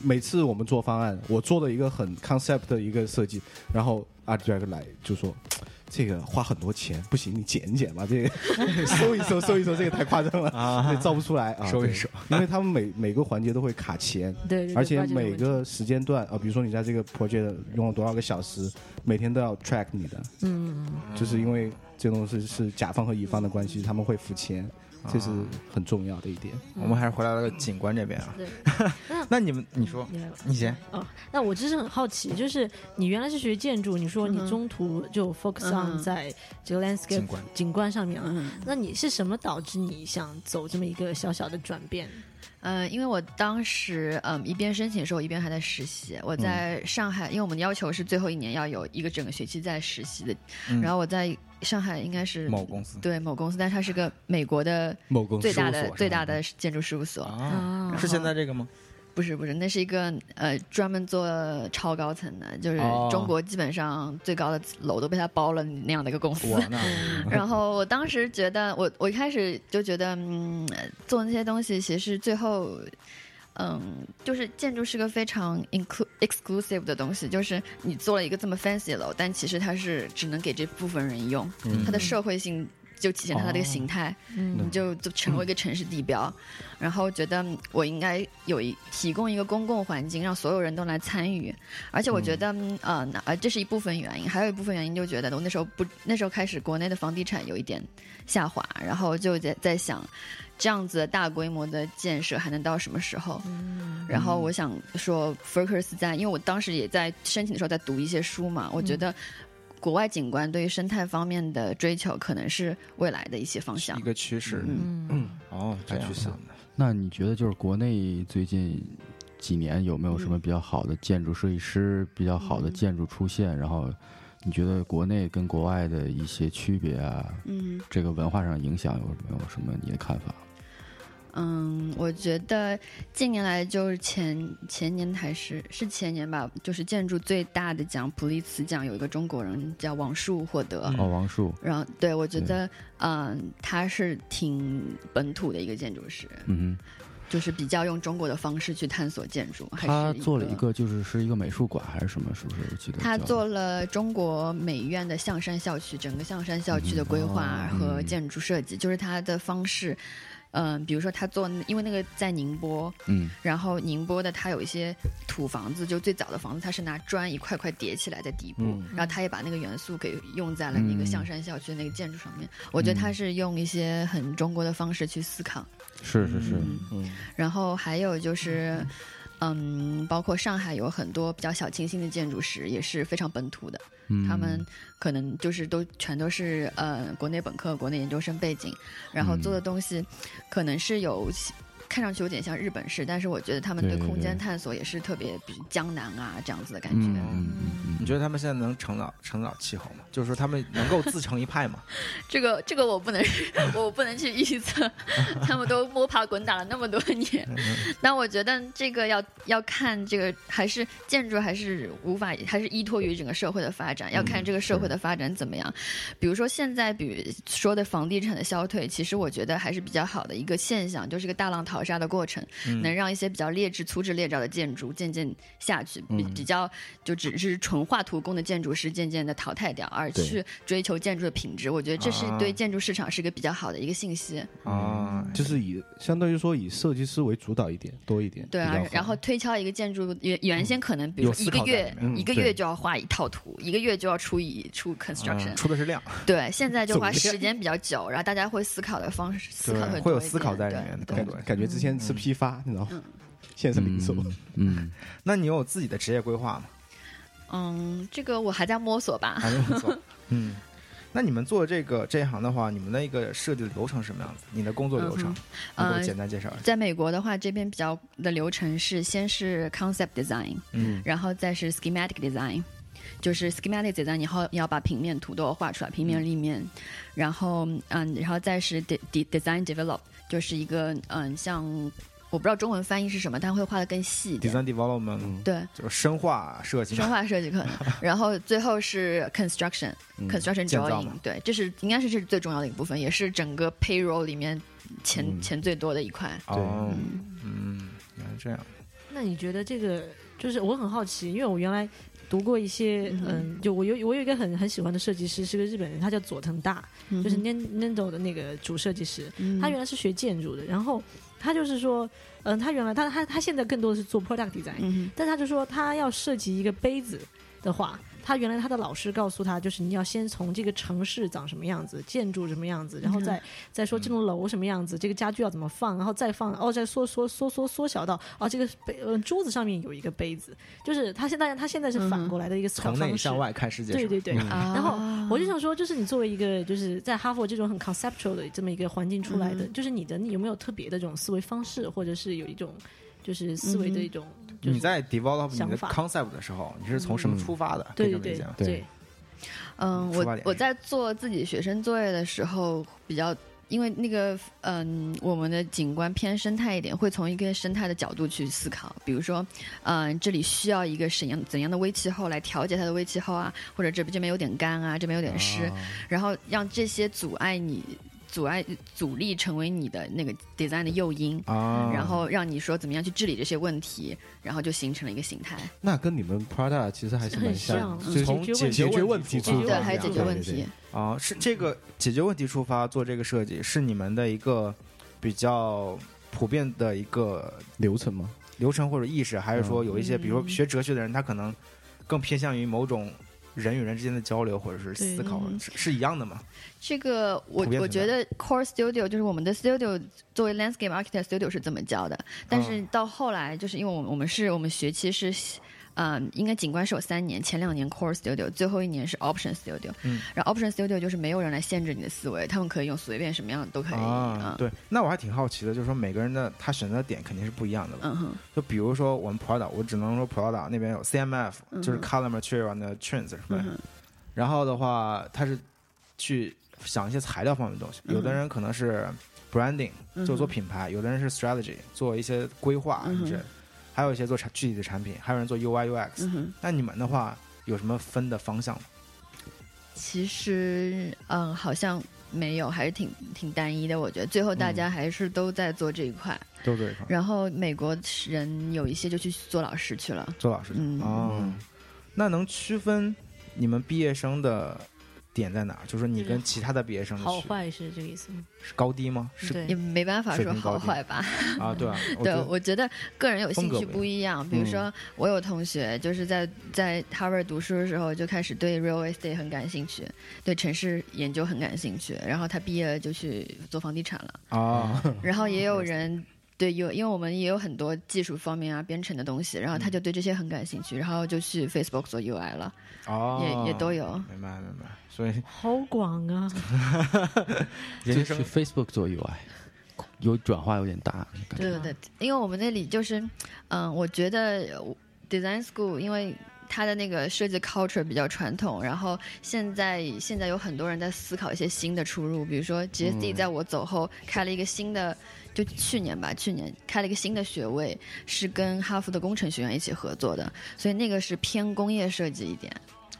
每次我们做方案，我做了一个很 concept 的一个设计，然后 art director 来就说，这个花很多钱，不行，你减一减吧， 这个收一收，收一收，这个太夸张了。对，造不出来啊，
收一
对
收，
因为他们每每个环节都会卡钱，
对，对
而且每，
对发觉的问
个时间段啊，比如说你在这个 project 用了多少个小时，每天都要 track 你的，
题嗯，
就是因为这东西是甲方和乙方的关系，他们会付钱，这是很重要的一点。
嗯
我们还是回来了景观这边啊。
对，
那你们，你说，
你来吧。
你先。
哦，那我真是很好奇，就是你原来是学建筑，你说你中途就 focus
嗯
on 在这个 landscape
景观
景观上面了。
嗯
那你是什么导致你想走这么一个小小的转变？
呃，因为我当时嗯一边申请的时候，一边还在实习。我在
嗯
上海，因为我们的要求是最后一年要有一个整个学期在实习的，
嗯
然后我在上海应该是
某公司
对某公司，但是它是个美国的
某公
最
事
大
务
的
所
最
是吗嗯
大的建筑事务所。
啊
啊，是现在这个吗？
不是不是，那是一个呃专门做超高层的，就是
哦
中国基本上最高的楼都被他包了那样的一个公司。
我呢，
然后我当时觉得，我我一开始就觉得，嗯，做那些东西其实最后，嗯，就是建筑是个非常 inclu exclusive 的东西，就是你做了一个这么 fancy 的楼，但其实它是只能给这部分人用，它的社会性。就体现它的这个形态，
嗯
你就就成为一个城市地标，然后觉得我应该有一提供一个公共环境，让所有人都来参与，而且我觉得，嗯呃，那呃，这是一部分原因，还有一部分原因就觉得我那时候不，那时候开始国内的房地产有一点下滑，然后就在在想，这样子大规模的建设还能到什么时候？然后我想说，focus 在，因为我当时也在申请的时候在读一些书嘛，我觉得国外景观对于生态方面的追求可能是未来的一些方向
一。个趋势，
嗯，
哦，这
这样
样
子
想的。
那你觉得就是国内最近几年有没有
嗯
什么比较好的建筑设计师、比较好的建筑出现？然后你觉得国内跟国外的一些区别啊，
嗯
这个文化上影响有没有什么你的看法？
嗯，我觉得近年来就是前前年还是是前年吧，就是建筑最大的奖普利茨奖有一个中国人叫王树获得，
嗯
哦，王树，
然后对我觉
对
得嗯、他是挺本土的一个建筑师，
嗯
就是比较用中国的方式去探索建筑，
哼，
还
他
是
做了一。个就是是一个美术馆还是什么？是不是？我记得
他
叫
做了中国美院的象山校区，整个象山校区的规划
嗯
和建筑设计，就是他的方式。嗯、比如说他做，因为那个在宁波，
嗯
然后宁波的它有一些土房子，就最早的房子，它是拿砖一块块叠起来在底部，
嗯
然后它也把那个元素给用在了那个象山校区的那个建筑上面。我觉得它是用一些很中国的方式去思考。
是是是，
嗯，
然后还有就是，嗯，包括上海有很多比较小清新的建筑师，也是非常本土的。
嗯
他们可能就是都全都是呃国内本科、国内研究生背景，然后做
嗯
的东西可能是有。看上去有点像日本式，但是我觉得他们对
对对
空间
对
探索也是特别，比如江南啊这样子的感觉。
嗯嗯嗯
你
嗯，
觉得他们现在能成了成了气候吗？就是说他们能够自成 一派吗？
这个这个我不能我不能去预测，他们都摸爬滚打了那么多年， 但我觉得这个要要看这个还是建筑还是无法还是依托于整个社会的发展，要看这个社会的发展怎么样。比如说现在比说的房地产的消退，其实我觉得还是比较好的一个现象，就是一个大浪淘沙的过程，
嗯
能让一些比较劣质、粗制劣造的建筑渐渐下去，比
嗯
比较就只是纯画图工的建筑师渐渐的淘汰掉，而
对
去追求建筑的品质。我觉得这是
啊
对建筑市场是一个比较好的一个信息。
啊，
就是以相当于说以设计师为主导一点多一点，
对
比
啊
较好，
然后推敲一个建筑原原先可能，比
嗯
如
有
说
思
一个
考在里
月
面
嗯
一个
对
月就要画一套图，一个月就要出一出 construction，
嗯出的是量，
对，现在就
总
花
结
时间比较久，然后大家会思考的方式，思考
对
会
会有
多一
思考
点
在里
对
面的
对
更多。
感觉之前吃
嗯
批发，你知
嗯
道吗？现在是零售，
嗯，
那你有自己的职业规 划吗？
嗯，这个我还在摸索吧。
还是不错。嗯，那你们做这个这一行的话，你们的一个设计流程是什么样子？你的工作流程
嗯，
能给我
呃
简单介绍一下？
在美国的话，这边比较的流程是先是 concept design，
嗯，
然后再是 schematic design，就是 schematic design，你后你要把平面图都要画出来，平面立面，然后嗯，然后再是 de, de design develop，就是一个嗯，像我不知道中文翻译是什么，但会画的更细一点。
design development，、
对，
就是深化设计嘛。
生化设计 可能，然后最后是 construction，construction、
嗯建造
drawing，
嘛
对，这是应该是这是最重要的一个部分，也是整个 payroll 里面钱、
嗯
钱最多的一块。
哦，嗯，原来这样。
那你觉得这个就是我很好奇，因为我原来读过一些，嗯，就我有我有一个很很喜欢的设计师，是个日本人，他叫佐藤大，
嗯
就是 Nen- Nendo 的那个主设计师，他原来是学建筑的，然后他就是说，嗯，他原来他他他现在更多的是做 product design，、
嗯
但他就说他要设计一个杯子的话，他原来他的老师告诉他，就是你要先从这个城市长什么样子，建筑什么样子，然后再、再说这栋楼什么样子，这个家具要怎么放，然后再放哦，再缩缩缩缩缩小到哦，这个杯呃桌子上面有一个杯子，就是他现在他现在是反过来的一个小
从
方
内
式，
向外看世界，
对对
是吧
嗯
对，然后
啊
我就想说，就是你作为一个就是在哈佛这种很 conceptual 的这么一个环境出来的，就是你的你有没有特别的这种思维方式，或者是有一种就是思维的一种，就是
你在 develop 你的
想法
concept 的时候，你是从什么出发的？可
对
以这
对
么理解
对
吗
对，
嗯，
出发
我
点
我
是
在做自己学生作业的时候，比较因为那个嗯，我们的景观偏生态一点，会从一个生态的角度去思考，比如说，嗯，这里需要一个怎样怎样的微气候来调节它的微气候啊，或者这这边有点干啊，这边有点湿，然后让这些阻碍你。阻碍阻力成为你的那个 design 的诱因，
啊，
然后让你说怎么样去治理这些问题，然后就形成了一个形态。
那跟你们 Prada 其实还是蛮
很
像
像
的，
嗯
就是
从
解
解决
决
问题
题出
出
发
发，
对，还有解决
对
问
对对
题。
啊，是这个解决问题出发做这个设计，是你们的一个比较普遍的一个
流程吗？
流程或者意识，还是说有一些，
嗯
比如说学哲学的人，他可能更偏向于某种人与人之间的交流或者是思考，
对
是是一样的嘛？
这个我
普遍
我
存在
觉得 Core Studio 就是我们的 Studio 作为 Landscape Architect Studio 是这么教的，但是
嗯
到后来就是因为我们我们是我们学期是。嗯，应该景观是有三年，前两年 Core Studio，最后一年是 Option Studio。
嗯，
然后 Option Studio 就是没有人来限制你的思维，他们可以用随便什么样的都可以。
啊，
嗯，
对。那我还挺好奇的，就是说每个人的他选择的点肯定是不一样的吧？
嗯哼，
就比如说我们普拉岛，我只能说普拉岛那边有 CMF，
嗯哼
就是 Color Material and Trends 什么
嗯
的。
哼，
然后的话，他是去想一些材料方面的东西，有的人可能是 branding，
嗯
就做品牌；有的人是 strategy，做一些规划
嗯
什
哼
么之类的；还有一些做产具体的产品，还有人做 UI UX。
嗯哼。
那你们的话有什么分的方向吗？
其实，嗯，好像没有，还是挺挺单一的。我觉得最后大
嗯
家还是都在做这一块。
都这一块，
然后美国人有一些就去做老师去了。
做老师
嗯
哦，那能区分你们毕业生的点在哪儿？就是你跟其他的毕业生的
好
区
坏是这个意思吗？
是高低吗？是
对
也，没办法
水
说
平高
好
低
坏吧。
啊，对啊，我觉
对，
得
我觉得个人有
风
兴
格
趣
不嗯
不一样。比如说，我有同学就是在在哈佛读书的时候就开始对 real estate 很感兴趣，对城市研究很感兴趣，然后他毕业了就去做房地产了。
啊，
然后也有人对有，因为我们也有很多技术方面啊编程的东西，然后他就对这些很感兴趣，然后就去 Facebook 做 UI 了，
哦，
也也都。有。
明白明白，所以
好广啊！
就
人
去
生
Facebook 做 UI，有转化有点大，感觉
对对对，因为我们那里就是，嗯，我觉得我 design school 因为。它的那个设计 culture 比较传统，然后现在现在有很多人在思考一些新的出入，比如说 GSD 在我走后开了一个新的，就去年吧，去年开了一个新的学位，是跟哈佛的工程学院一起合作的，所以那个是偏工业设计一点。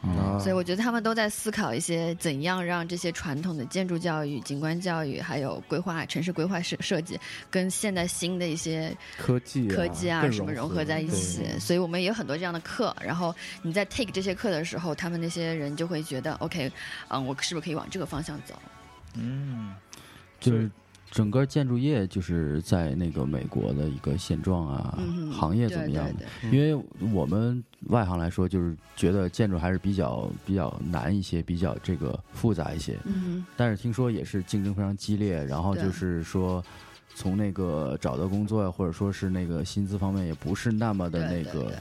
嗯
所以我觉得他们都在思考一些怎样让这些传统的建筑教育、景观教育，还有规划、城市规划设设计，跟现代新的一些
科技
科技啊
更
什么融合在一起。所以我们也有很多这样的课。然后你在 take 这些课的时候，他们那些人就会觉得 OK，嗯，我是不是可以往这个方向走？
嗯，
就是整个建筑业就是在那个美国的一个现状啊，
嗯哼，
行业怎么样
对
的？
对对
因为我们外行来说，就是觉得建筑还是比较比较难一些，比较这个复杂一些。
嗯
但是听说也是竞争非常激烈，然后
对
就是说，从那个找到工作呀，或者说是那个薪资方面，也不是那么
哼，
的
对
那个。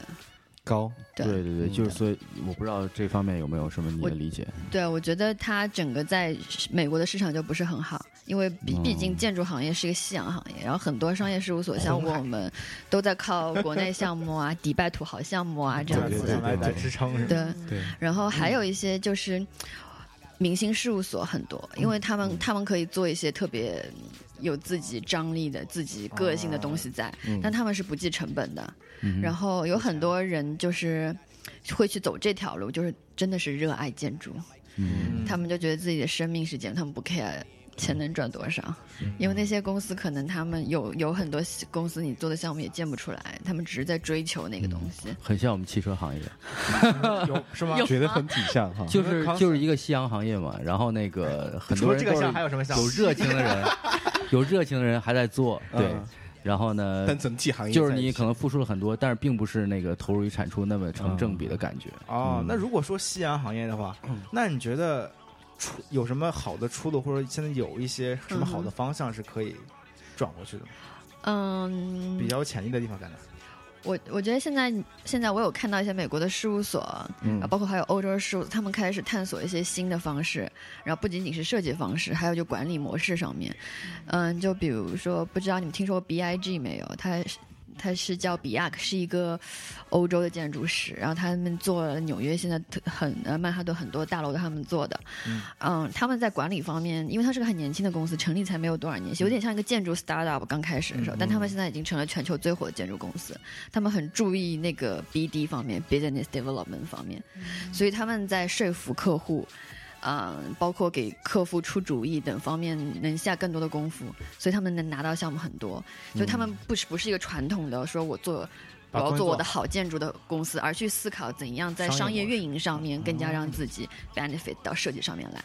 高，
对
对对对，
嗯
就是所以我不知道这方面有没有什么你的
我
理解。
对，我觉得它整个在美国的市场就不是很好，因为毕毕竟
嗯
建筑行业是一个夕阳行业，然后很多商业事务所像我们都在靠国内项目啊、 迪拜土豪项目啊这样
对
子。
对对来来支撑是吧？
对
对，
然后还有一些就是明星事务所很多，因为他们他们可以做一些特别有自己张力的、自己个性的东西在，但他们是不计成本的。
嗯哼
然后有很多人就是会去走这条路，就是真的是热爱建筑。
嗯，
嗯
他们就觉得自己的生命是这样，他们不 care 钱能赚多少，因为那些公司可能他们有有很多公司你做的项目也建不出来，他们只是在追求那个东西。
很像我们汽车行业，
有是吗？
觉得很挺像哈。
就是就是一个夕阳行业嘛。然后 那个很
除
多
了这个
人都是
项还有什么项？
有热情 的人，有热情的人还在做，对
嗯。
然后呢，
但整体行业
就是
在
你可能付出了很多，但是并不是那个投入与产出那么成正比的感觉。
哦，那如果说夕阳行业的话，那你觉得出有什么好的出路，或者现在有一些什么好的方向是可以转过去的吗？
嗯，
比较有潜力的地方在哪？
我我觉得现在现在我有看到一些美国的事务所，
嗯
啊，包括还有欧洲事务所，他们开始探索一些新的方式，然后不仅仅是设计方式，还有就管理模式上面，嗯，就比如说，不知道你们听说过 BIG 没有？它是他是叫比亚克，是一个欧洲的建筑师，然后他们做了纽约现在特很呃曼哈顿很多大楼都他们做的，
嗯
嗯他们在管理方面，因为它是个很年轻的公司，成立才没有多少年，有
嗯
点像一个建筑 startup 刚开始的时候，但他们现在已经成了全球最火的建筑公司，他们很注意那个 BD 方面，business development 方面，
嗯
所以他们在说服客户。啊、包括给客户出主意等方面能下更多的功夫，所以他们能拿到项目很多。就他们不是不是一个传统的说我做我
嗯把
要
工
做我
作
的好建筑的公司，而去思考怎样在
商业
商业
模式嗯
运营上面更加让自己 benefit 到设计上面来。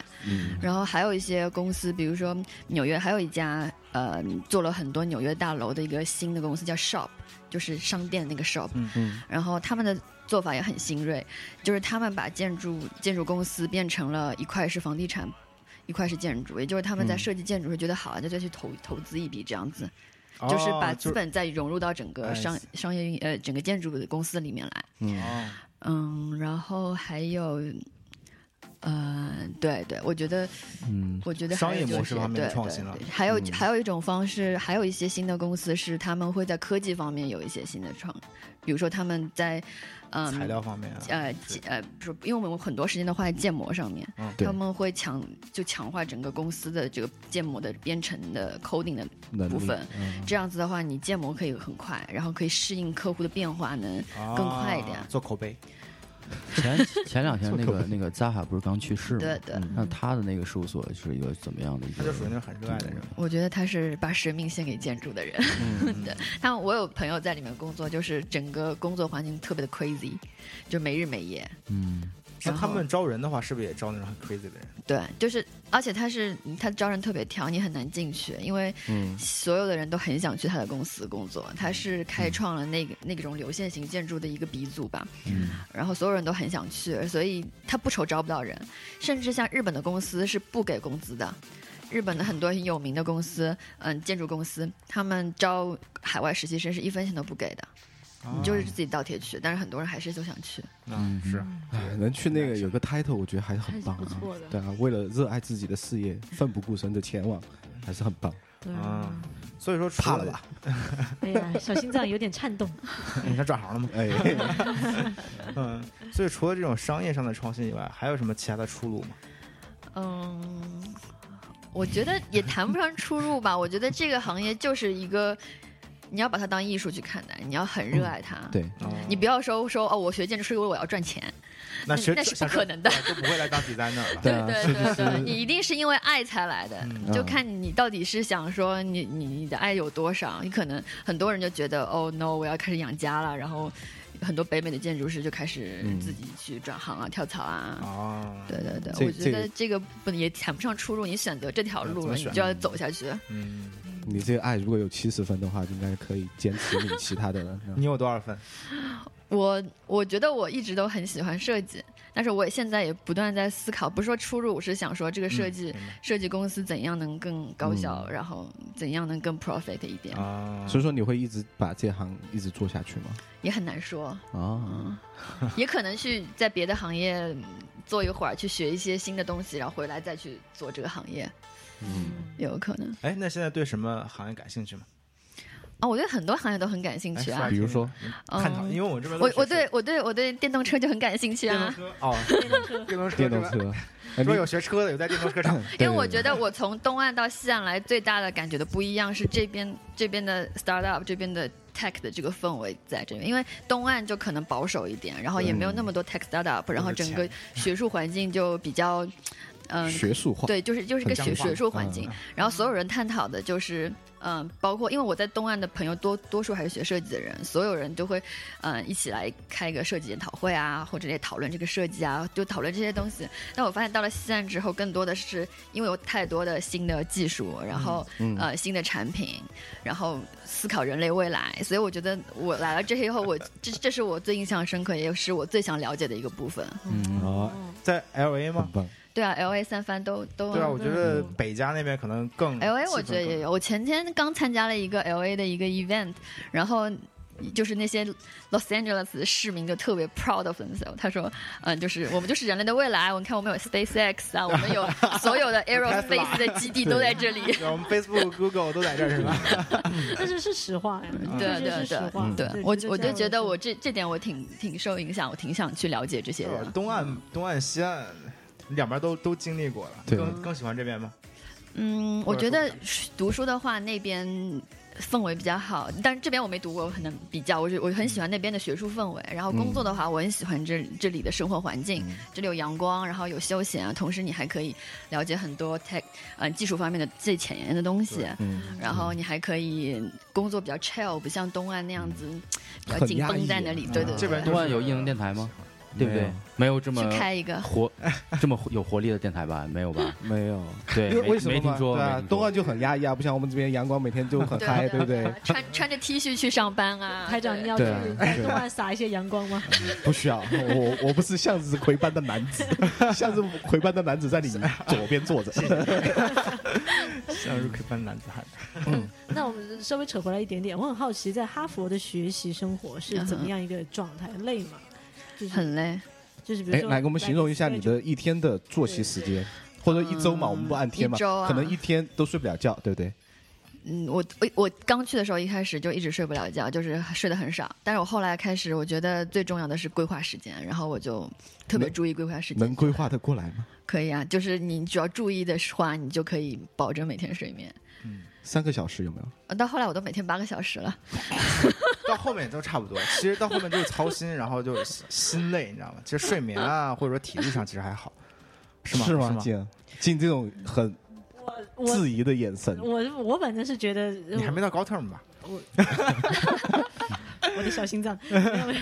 然后还有一些公司，比如说纽约还有一家呃做了很多纽约大楼的一个新的公司叫 Shop，就是商店那个 Shop。
嗯
嗯
然后他们的做法也很新锐，就是他们把建筑建筑公司变成了一块是房地产，一块是建筑，也就是他们在
嗯
设计建筑时觉得好啊，就再去投投资一笔这样子。就是把
哦
资本再融入到整个
哎
商
是
商业运呃整个建筑的公司里面来。
嗯，
哦
嗯，然后还有，呃，对对，我觉得
嗯，
我觉得还
商业
有就
模
是
式方面的
对
创
对
新了
对还有、
嗯
还有一种方式，还有一些新的公司是他们会在科技方面有一些新的创，比如说他们在嗯
材料方面啊，
呃建呃，不是，因为我们有很多时间都花在建模上面，
嗯
对
他们会强就强化整个公司的这个建模的编程的 coding 的
能力
嗯部分。
嗯
这样子的话，你建模可以很快，然后可以适应客户的变化能。更快一点
啊做口碑。
前前两 天那个那个扎哈不是刚去世吗？
对对
嗯那他的那个事务所是一个怎么样的一
他
个？
就属于那种很热爱的人，
我觉得他是把生命献给建筑的人。 对，但我有朋友在里面工作，就是整个工作环境特别的 crazy，就没日没夜。
嗯，
那
然
他
后
们招人的话，是不是也招那种很 crazy 的人？
对，就是而且他是他招人特别挑，你很难进去，因为所有的人都很想去他的公司工作。他是开创了那个那种流线型建筑的一个鼻祖吧，然后所有人都很想去，所以他不愁招不到人，甚至像日本的公司是不给工资的。日本的很多有名的公司，嗯，建筑公司，他们招海外实习生是一分钱都不给的，你就是自己倒贴去。但是很多人还是都想去。
嗯，哦是
哎能去那个有个 title，我觉得还是很棒
还是
啊
不错的。
对啊，为了热爱自己的事业，奋不顾身的前往，还是很棒。
对，
嗯，所以说除
怕了吧？
啊哎呀，小心脏有点颤动。
你看转行了吗？
哎，
嗯，所以除了这种商业上的创新以外，还有什么其他的出路吗？
嗯，我觉得也谈不上出入吧。我觉得这个行业就是一个，你要把它当艺术去看待，你要很热爱它。
对，
嗯你不要说说哦，我学建筑是因为我要赚钱，
嗯那学
那是不
想
可能的
想说都不会来当 designer 了。
对啊
对
是
对
是
对，你一定是因为爱才来的，
嗯
就看你到底是想说你你你的爱有多少。你可能很多人就觉得哦 no，我要开始养家了，然后很多北美的建筑师就开始
嗯
自己去转行啊、跳槽啊。
哦，
对对对，
这
我觉得这个不也谈不上出路，你选择这条
怎
路
么
了，你
选
就要走下去。
嗯，
你这个爱如果有七十分的话，就应该可以坚持你其他 的了。
你有多少分？
我我觉得我一直都很喜欢设计，但是我现在也不断在思考，不是说出入，我是想说这个设计、
明白
设计公司怎样能更高效，然后怎样能更 profit 一点，
嗯啊，
所以说你会一直把这行一直做下去吗？
也很 难说，
啊，
也可能去在别的行业嗯做一会儿，去学一些新的东西，然后回来再去做这个行业，
嗯，
也有可能
哎，那现在对什么行业感兴趣吗？
啊、我对很多行业都很感兴
哎
趣
说
啊
来，
比如说
听听探讨，
嗯
因为我们这边都
我
是
我对我对我对电动车就很感兴趣
电
啊
动。车 哦，电动 车，电动车，
电动。 车，哎
说有学车的，有在电动 车上。
你
因
对
为我觉得我从东岸到西岸来，最大的感觉的不一样是这边这边的 startup 这边的 tech 的这个氛围在这边，因为东岸就可能保守一点，然后也
嗯
没有那么多 tech startup，然后整个学术环境就比较，嗯、
学术化，
对，就是就是一个
很嗯
学
僵化
学术环境，然后所有人探讨的就是，嗯、包括因为我在东岸的朋友多多数还是学设计的人，所有人都会，嗯、一起来开一个设计研讨会啊，或者也讨论这个设计啊，就讨论这些东西。但我发现到了西岸之后，更多的是因为有太多的新的技术，然后、
嗯
嗯
呃新的产品，然后思考人类未来，所以我觉得我来了这些以后，我这这是我最印象深刻，也是我最想了解的一个部分。
嗯
嗯
哦，在 L A
很
吗？
棒。
对啊，L A 三番都都
对啊，我觉得
嗯
北加那边可能更
L A
嗯气氛
我觉得
更
也有，我前天刚参加了一个 L A 的一个 event，然后就是那些 Los Angeles 的市民就特别 proud of themselves。他说，嗯，就是我们就是人类的未来。我们看我们有 SpaceX 啊，我 们有所有的 aerospace 的基地都在这里。
我们 Facebook、Google 都在这儿是吧？
但是是实话呀，
对
这
对
是实
对
话。
对，我我就觉得我
这
这这点我挺挺受影响，我挺想去了解这些的。
东岸、东岸、西岸两边都都经历过了，
对
更更喜欢这边吗？
嗯，
或
我
者说
觉得读书的话，那边氛围比较好，但是这边我没读过，我很难比较。我是我很喜欢那边的学术氛围，然后工作的话，我很喜欢这这里的生活环境，
嗯
这里有阳光，然后有休闲，啊同时你还可以了解很多 tech 呃技术方面的最前沿的东西，
嗯，
然后你还可以工作比较 chill，不像东岸那样子比较
嗯很
紧
压抑啊
绷在那里。对对对，
这边
东岸有艺能电台吗？对不
没
对
有？
没有这么
去开 一个，
活这么有活力的电台吧？没有吧？
没有，
对，
嗯因为
没
为什么
没
嘛
听说？
对
没
啊
听，说
东岸就很压抑啊，不像我们这边阳光每天 就很
啊
嗨，对不对？？
穿穿着 T 恤去上班啊，
台长，
对
你要去
对对
在东岸撒一些阳光吗？
不 需要，我我不是像子葵般的男 子，像子葵般的男子在你左边坐着。
像入坑班男子汉，
那我们稍微扯回来一点点，我很好奇，在哈佛的学习生活是怎么样一个状态？累吗？就是
嗯很累。
就是，比如
哎，
说
来给我们形容一下你的一天的作息时间，或者一周嘛，
嗯
我们不按天嘛
一周，啊
可能一天都睡不了觉，对不对？
嗯，我我我刚去的时候，一开始就一直睡不了觉，就是睡得很少。但是我后来开始，我觉得最重要的是规划时间，然后我就特别
能
注意规划时间
能。规划得过来吗？
可以啊，就是你只要注意的话，你就可以保证每天睡眠。
三个小时有没有？
呃到后来我都每天八个小时了，
到后面都差不多。其实到后面就是操心，然后就是心心累，你知道吗？其实睡眠啊，或者说体力上其实还好，是吗？
是
是
吗？静静这种很
我
质疑的眼神，
我我反正是觉得
你还没到高 term 吧？
我的小心脏，没有没有，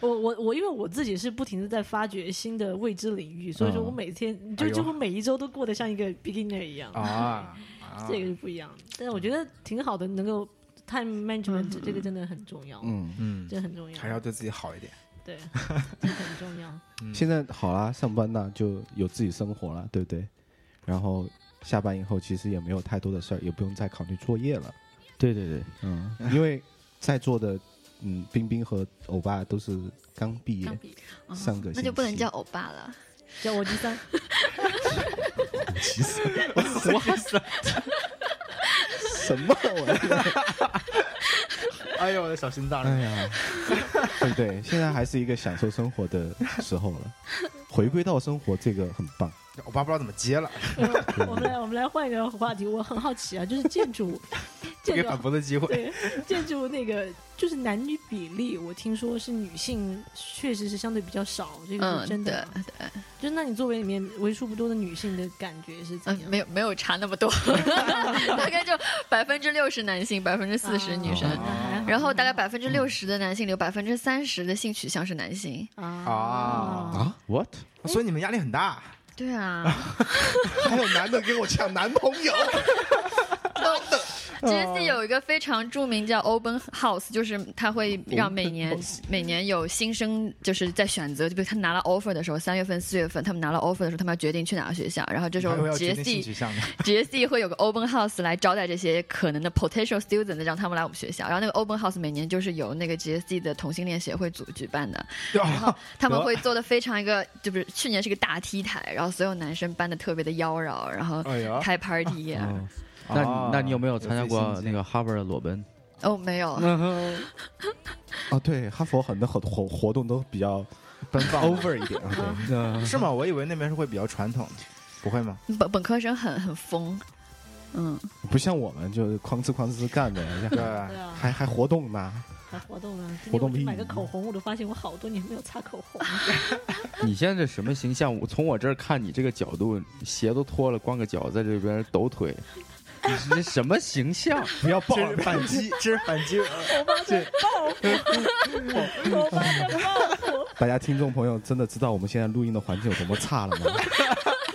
我我我，因为我自己是不停的在发掘新的未知领域，所以说我每天
哎
就
呦
几乎每一周都过得像一个 beginner 一样，
啊，嗯啊
这个是不一样的。但我觉得挺好的，能够 time management 这个真的很重要，
嗯。
嗯，
这很重要，
还是要对自己好一点。
对，这很重要。
现在好啦，上班啦，就有自己生活了，对不对？然后下班以后，其实也没有太多的事儿，也不用再考虑作业了，
对对对，
嗯，因为在座的，嗯，冰冰和欧巴都是刚毕啊业，
嗯
上个
那就不能
星期
叫欧巴了。
叫我第三，
急死了，我操，什么我？
哎呦，我的小心脏！
哎呀，对不对？现在还是一个享受生活的时候了，回归到生活，这个很棒。
我爸不知道怎么接了，
我我们来我们来换一个话题，我很好奇啊，就是建筑，
不
建
给
筑
反驳的机会。
对，建筑那个就是男女比例，我听说是女性确实是相对比较少，这个
嗯
是，真
对
的吗。就那你作为里面为数不多的女性的感觉是怎
嗯，
样？
没有没有差那么多， 大概就百分之六十男性，百分之四十女生，
啊那还好
然后大概百分之六十的男性里有百分之三十的性取向是男性。
啊
啊
啊，what？
所以你们压力很大，
对啊。
还有男的给我抢男朋友，
哎
Jesse 有一个非常著名叫 Open House，就是他会让每年每年有新生就是在选择，就比如他拿了 offer 的时候，三月份、四月份他们拿了 offer 的时候，他们要决定去哪个学校，然后这时候
还会要决定性
Jesse
取向 的。
Jesse 会有个 Open House 来招待这些可能的 potential student，让他们来我们学校。然后那个 Open House 每年就是由那个 Jesse 的同性恋协会组举办的，然后他们会做的非常一个，就是去年是个大 T 台，然后所有男生搬的特别的妖娆，然后
哎呀
开 party。
那
啊
你那你有没有参加
有
过
自己心
那个哈佛的裸奔？
哦，没有，
啊，对，哈佛很多很多活活动都比较
奔放
over 一点啊，
的 是吗？我以为那边是会比较传统的，不会吗？
本本科生很很疯，嗯，
对，不像我们就哐哧哐哧干的，
对，
对啊，
还还活动呢。
还活动呢。今
活
天我
动
去
不
买
易
个口红，我都发现我好多年没有擦口红了。
你现在这什么形象？我从我这儿看你这个角度，鞋都脱了，光个脚在这边抖腿，你是这什么形象？
不要抱
这是反击，这是反 击。
我发现
大家听众朋友真的知道我们现在录音的环境有多么差 了吗？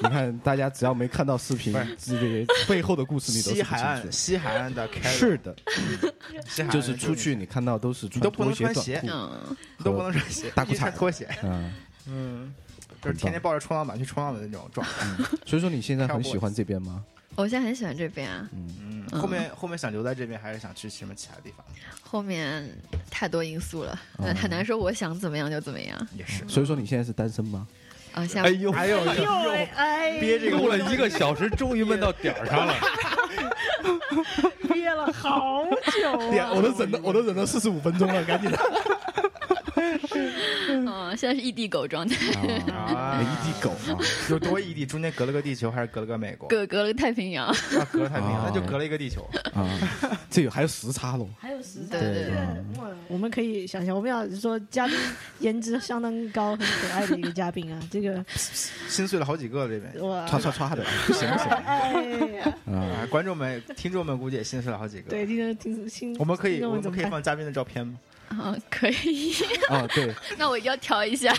你看，大家只要没看到视频
不是，
这个背后的故事你都
西
是不
海
清
岸，
楚。
西海岸的 Carol，
是的，
西海岸的
就是出去你看到都是
你都
穿拖
不能
鞋、
穿
短
鞋
裤，
嗯，
都不能穿鞋，
大裤衩
一穿拖鞋，
嗯，
嗯，就是天天抱着冲浪板去冲浪的那种状态。
所以说你现在很喜欢这边吗？
我现在很喜欢这边啊，
嗯，后面后面想留在这边，还是想去什么其他地方？
后面太多因素了，那很难说我想怎么样就怎么样
也是。
所以说你现在是单身吗？
啊。下
哎呦，
哎呦，
又哎，
憋这个
录了一个小时，终于问到点儿 上了。
憋了好久、
点，
啊，
哎我都忍了，我都忍了四十五分钟了，赶紧的。
嗯，现在是异地狗状态，
啊，
一地狗啊，
有多异地？中间隔了个地球，还是隔了个美国？
隔隔了太平洋。
啊隔了太平洋，
啊
那就隔了一个地球。
啊，这有还有时差喽。
还有时
对
间。
对对，
我们可以想想，我们要说嘉宾颜值相当高、很可爱的一个嘉宾啊，这个
心碎了好几个这边。
我
唰唰唰的，不行不行
哎，
啊！
啊，观众们、听众们估计也心碎了好几个。
对，，听着听听，
我们可以，
听众
我
怎
们
么
可以
看
放嘉宾的照片吗？
啊，可以。
啊，对
那我一定要调一下。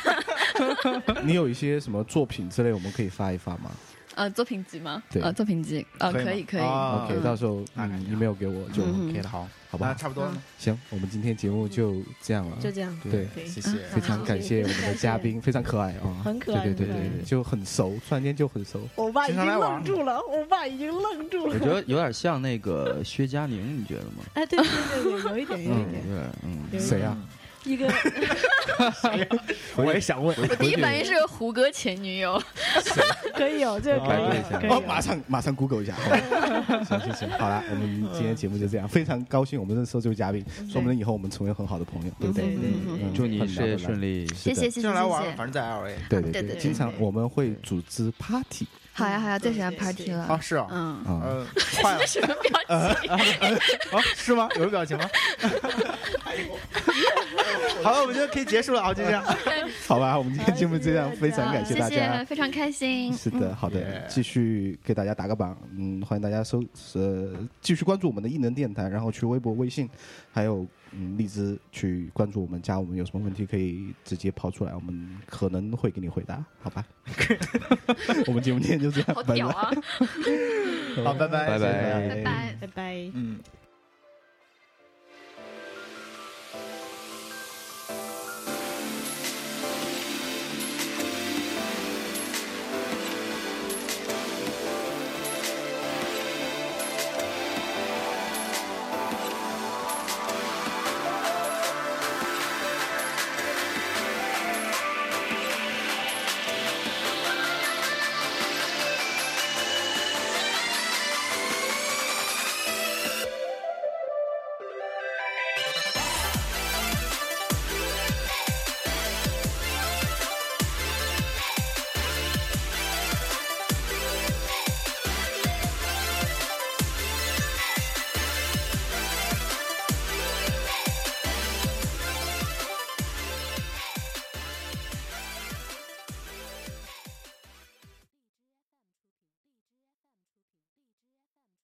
你有一些什么作品之类，我们可以发一发吗
呃，作品集吗？
对
呃，作品集，呃，可
以
以
吗
可以。
啊
？OK，到时候
那
嗯
感觉好
email 给我就
嗯
OK 了，好，好嗯不
那
好？
啊差不多了，
行，我们今天节目就这样了，
就这样，
对，
可以
谢谢。
非常感谢我们的嘉宾，非常可爱啊，
很可爱
对对对
很可爱
对对，就很熟，突然间就很熟。
我爸已
经
经
愣
愣
住
住了，我爸已经愣住
我
了
觉。得有点像那个薛佳凝，你觉得吗？
哎，对对对对，有一点，有一点，
有点，嗯，
有一点
谁啊？
一个
我也想问，
我第一反应是胡歌前女友，
可以有这个可
百度
以
一下
有，可以
哦，
有
马上马上 Google 一下。好 吧行行行，好了，我们今天节目就这样，非常高兴我们认识到这位嘉宾，说明以后我们成为很好的朋友，对不对？
对对对
嗯
祝你
很
事业
难很
顺
难
利。
谢谢谢谢
经常来玩，
谢
反正
谢。
在 L A。
对
对
对
对
经常
对
我们会组织 party
好呀好呀，最喜欢
对对
party
对
啊，
了。
是啊，
嗯，
啊，
呃，坏 了
什么表情？
啊，是吗？有表情吗？ 好了，我们就可以结束了啊，就这样。
好吧，我们今天节目就这样，非常感谢
谢
大家
谢，。非常开心。
是的，好的
耶，
继续给大家打个榜，嗯，欢迎大家收呃继续关注我们的异能电台，然后去微博、微信，还有嗯荔枝去关注我们，加我们有什么问题可以直接抛出来，我们可能会给你回答，好 吧？我们节目今天就这样，
好
拜
屌
拜，
啊！
好，拜拜，
拜拜
谢谢大家
拜拜。
拜拜。
嗯。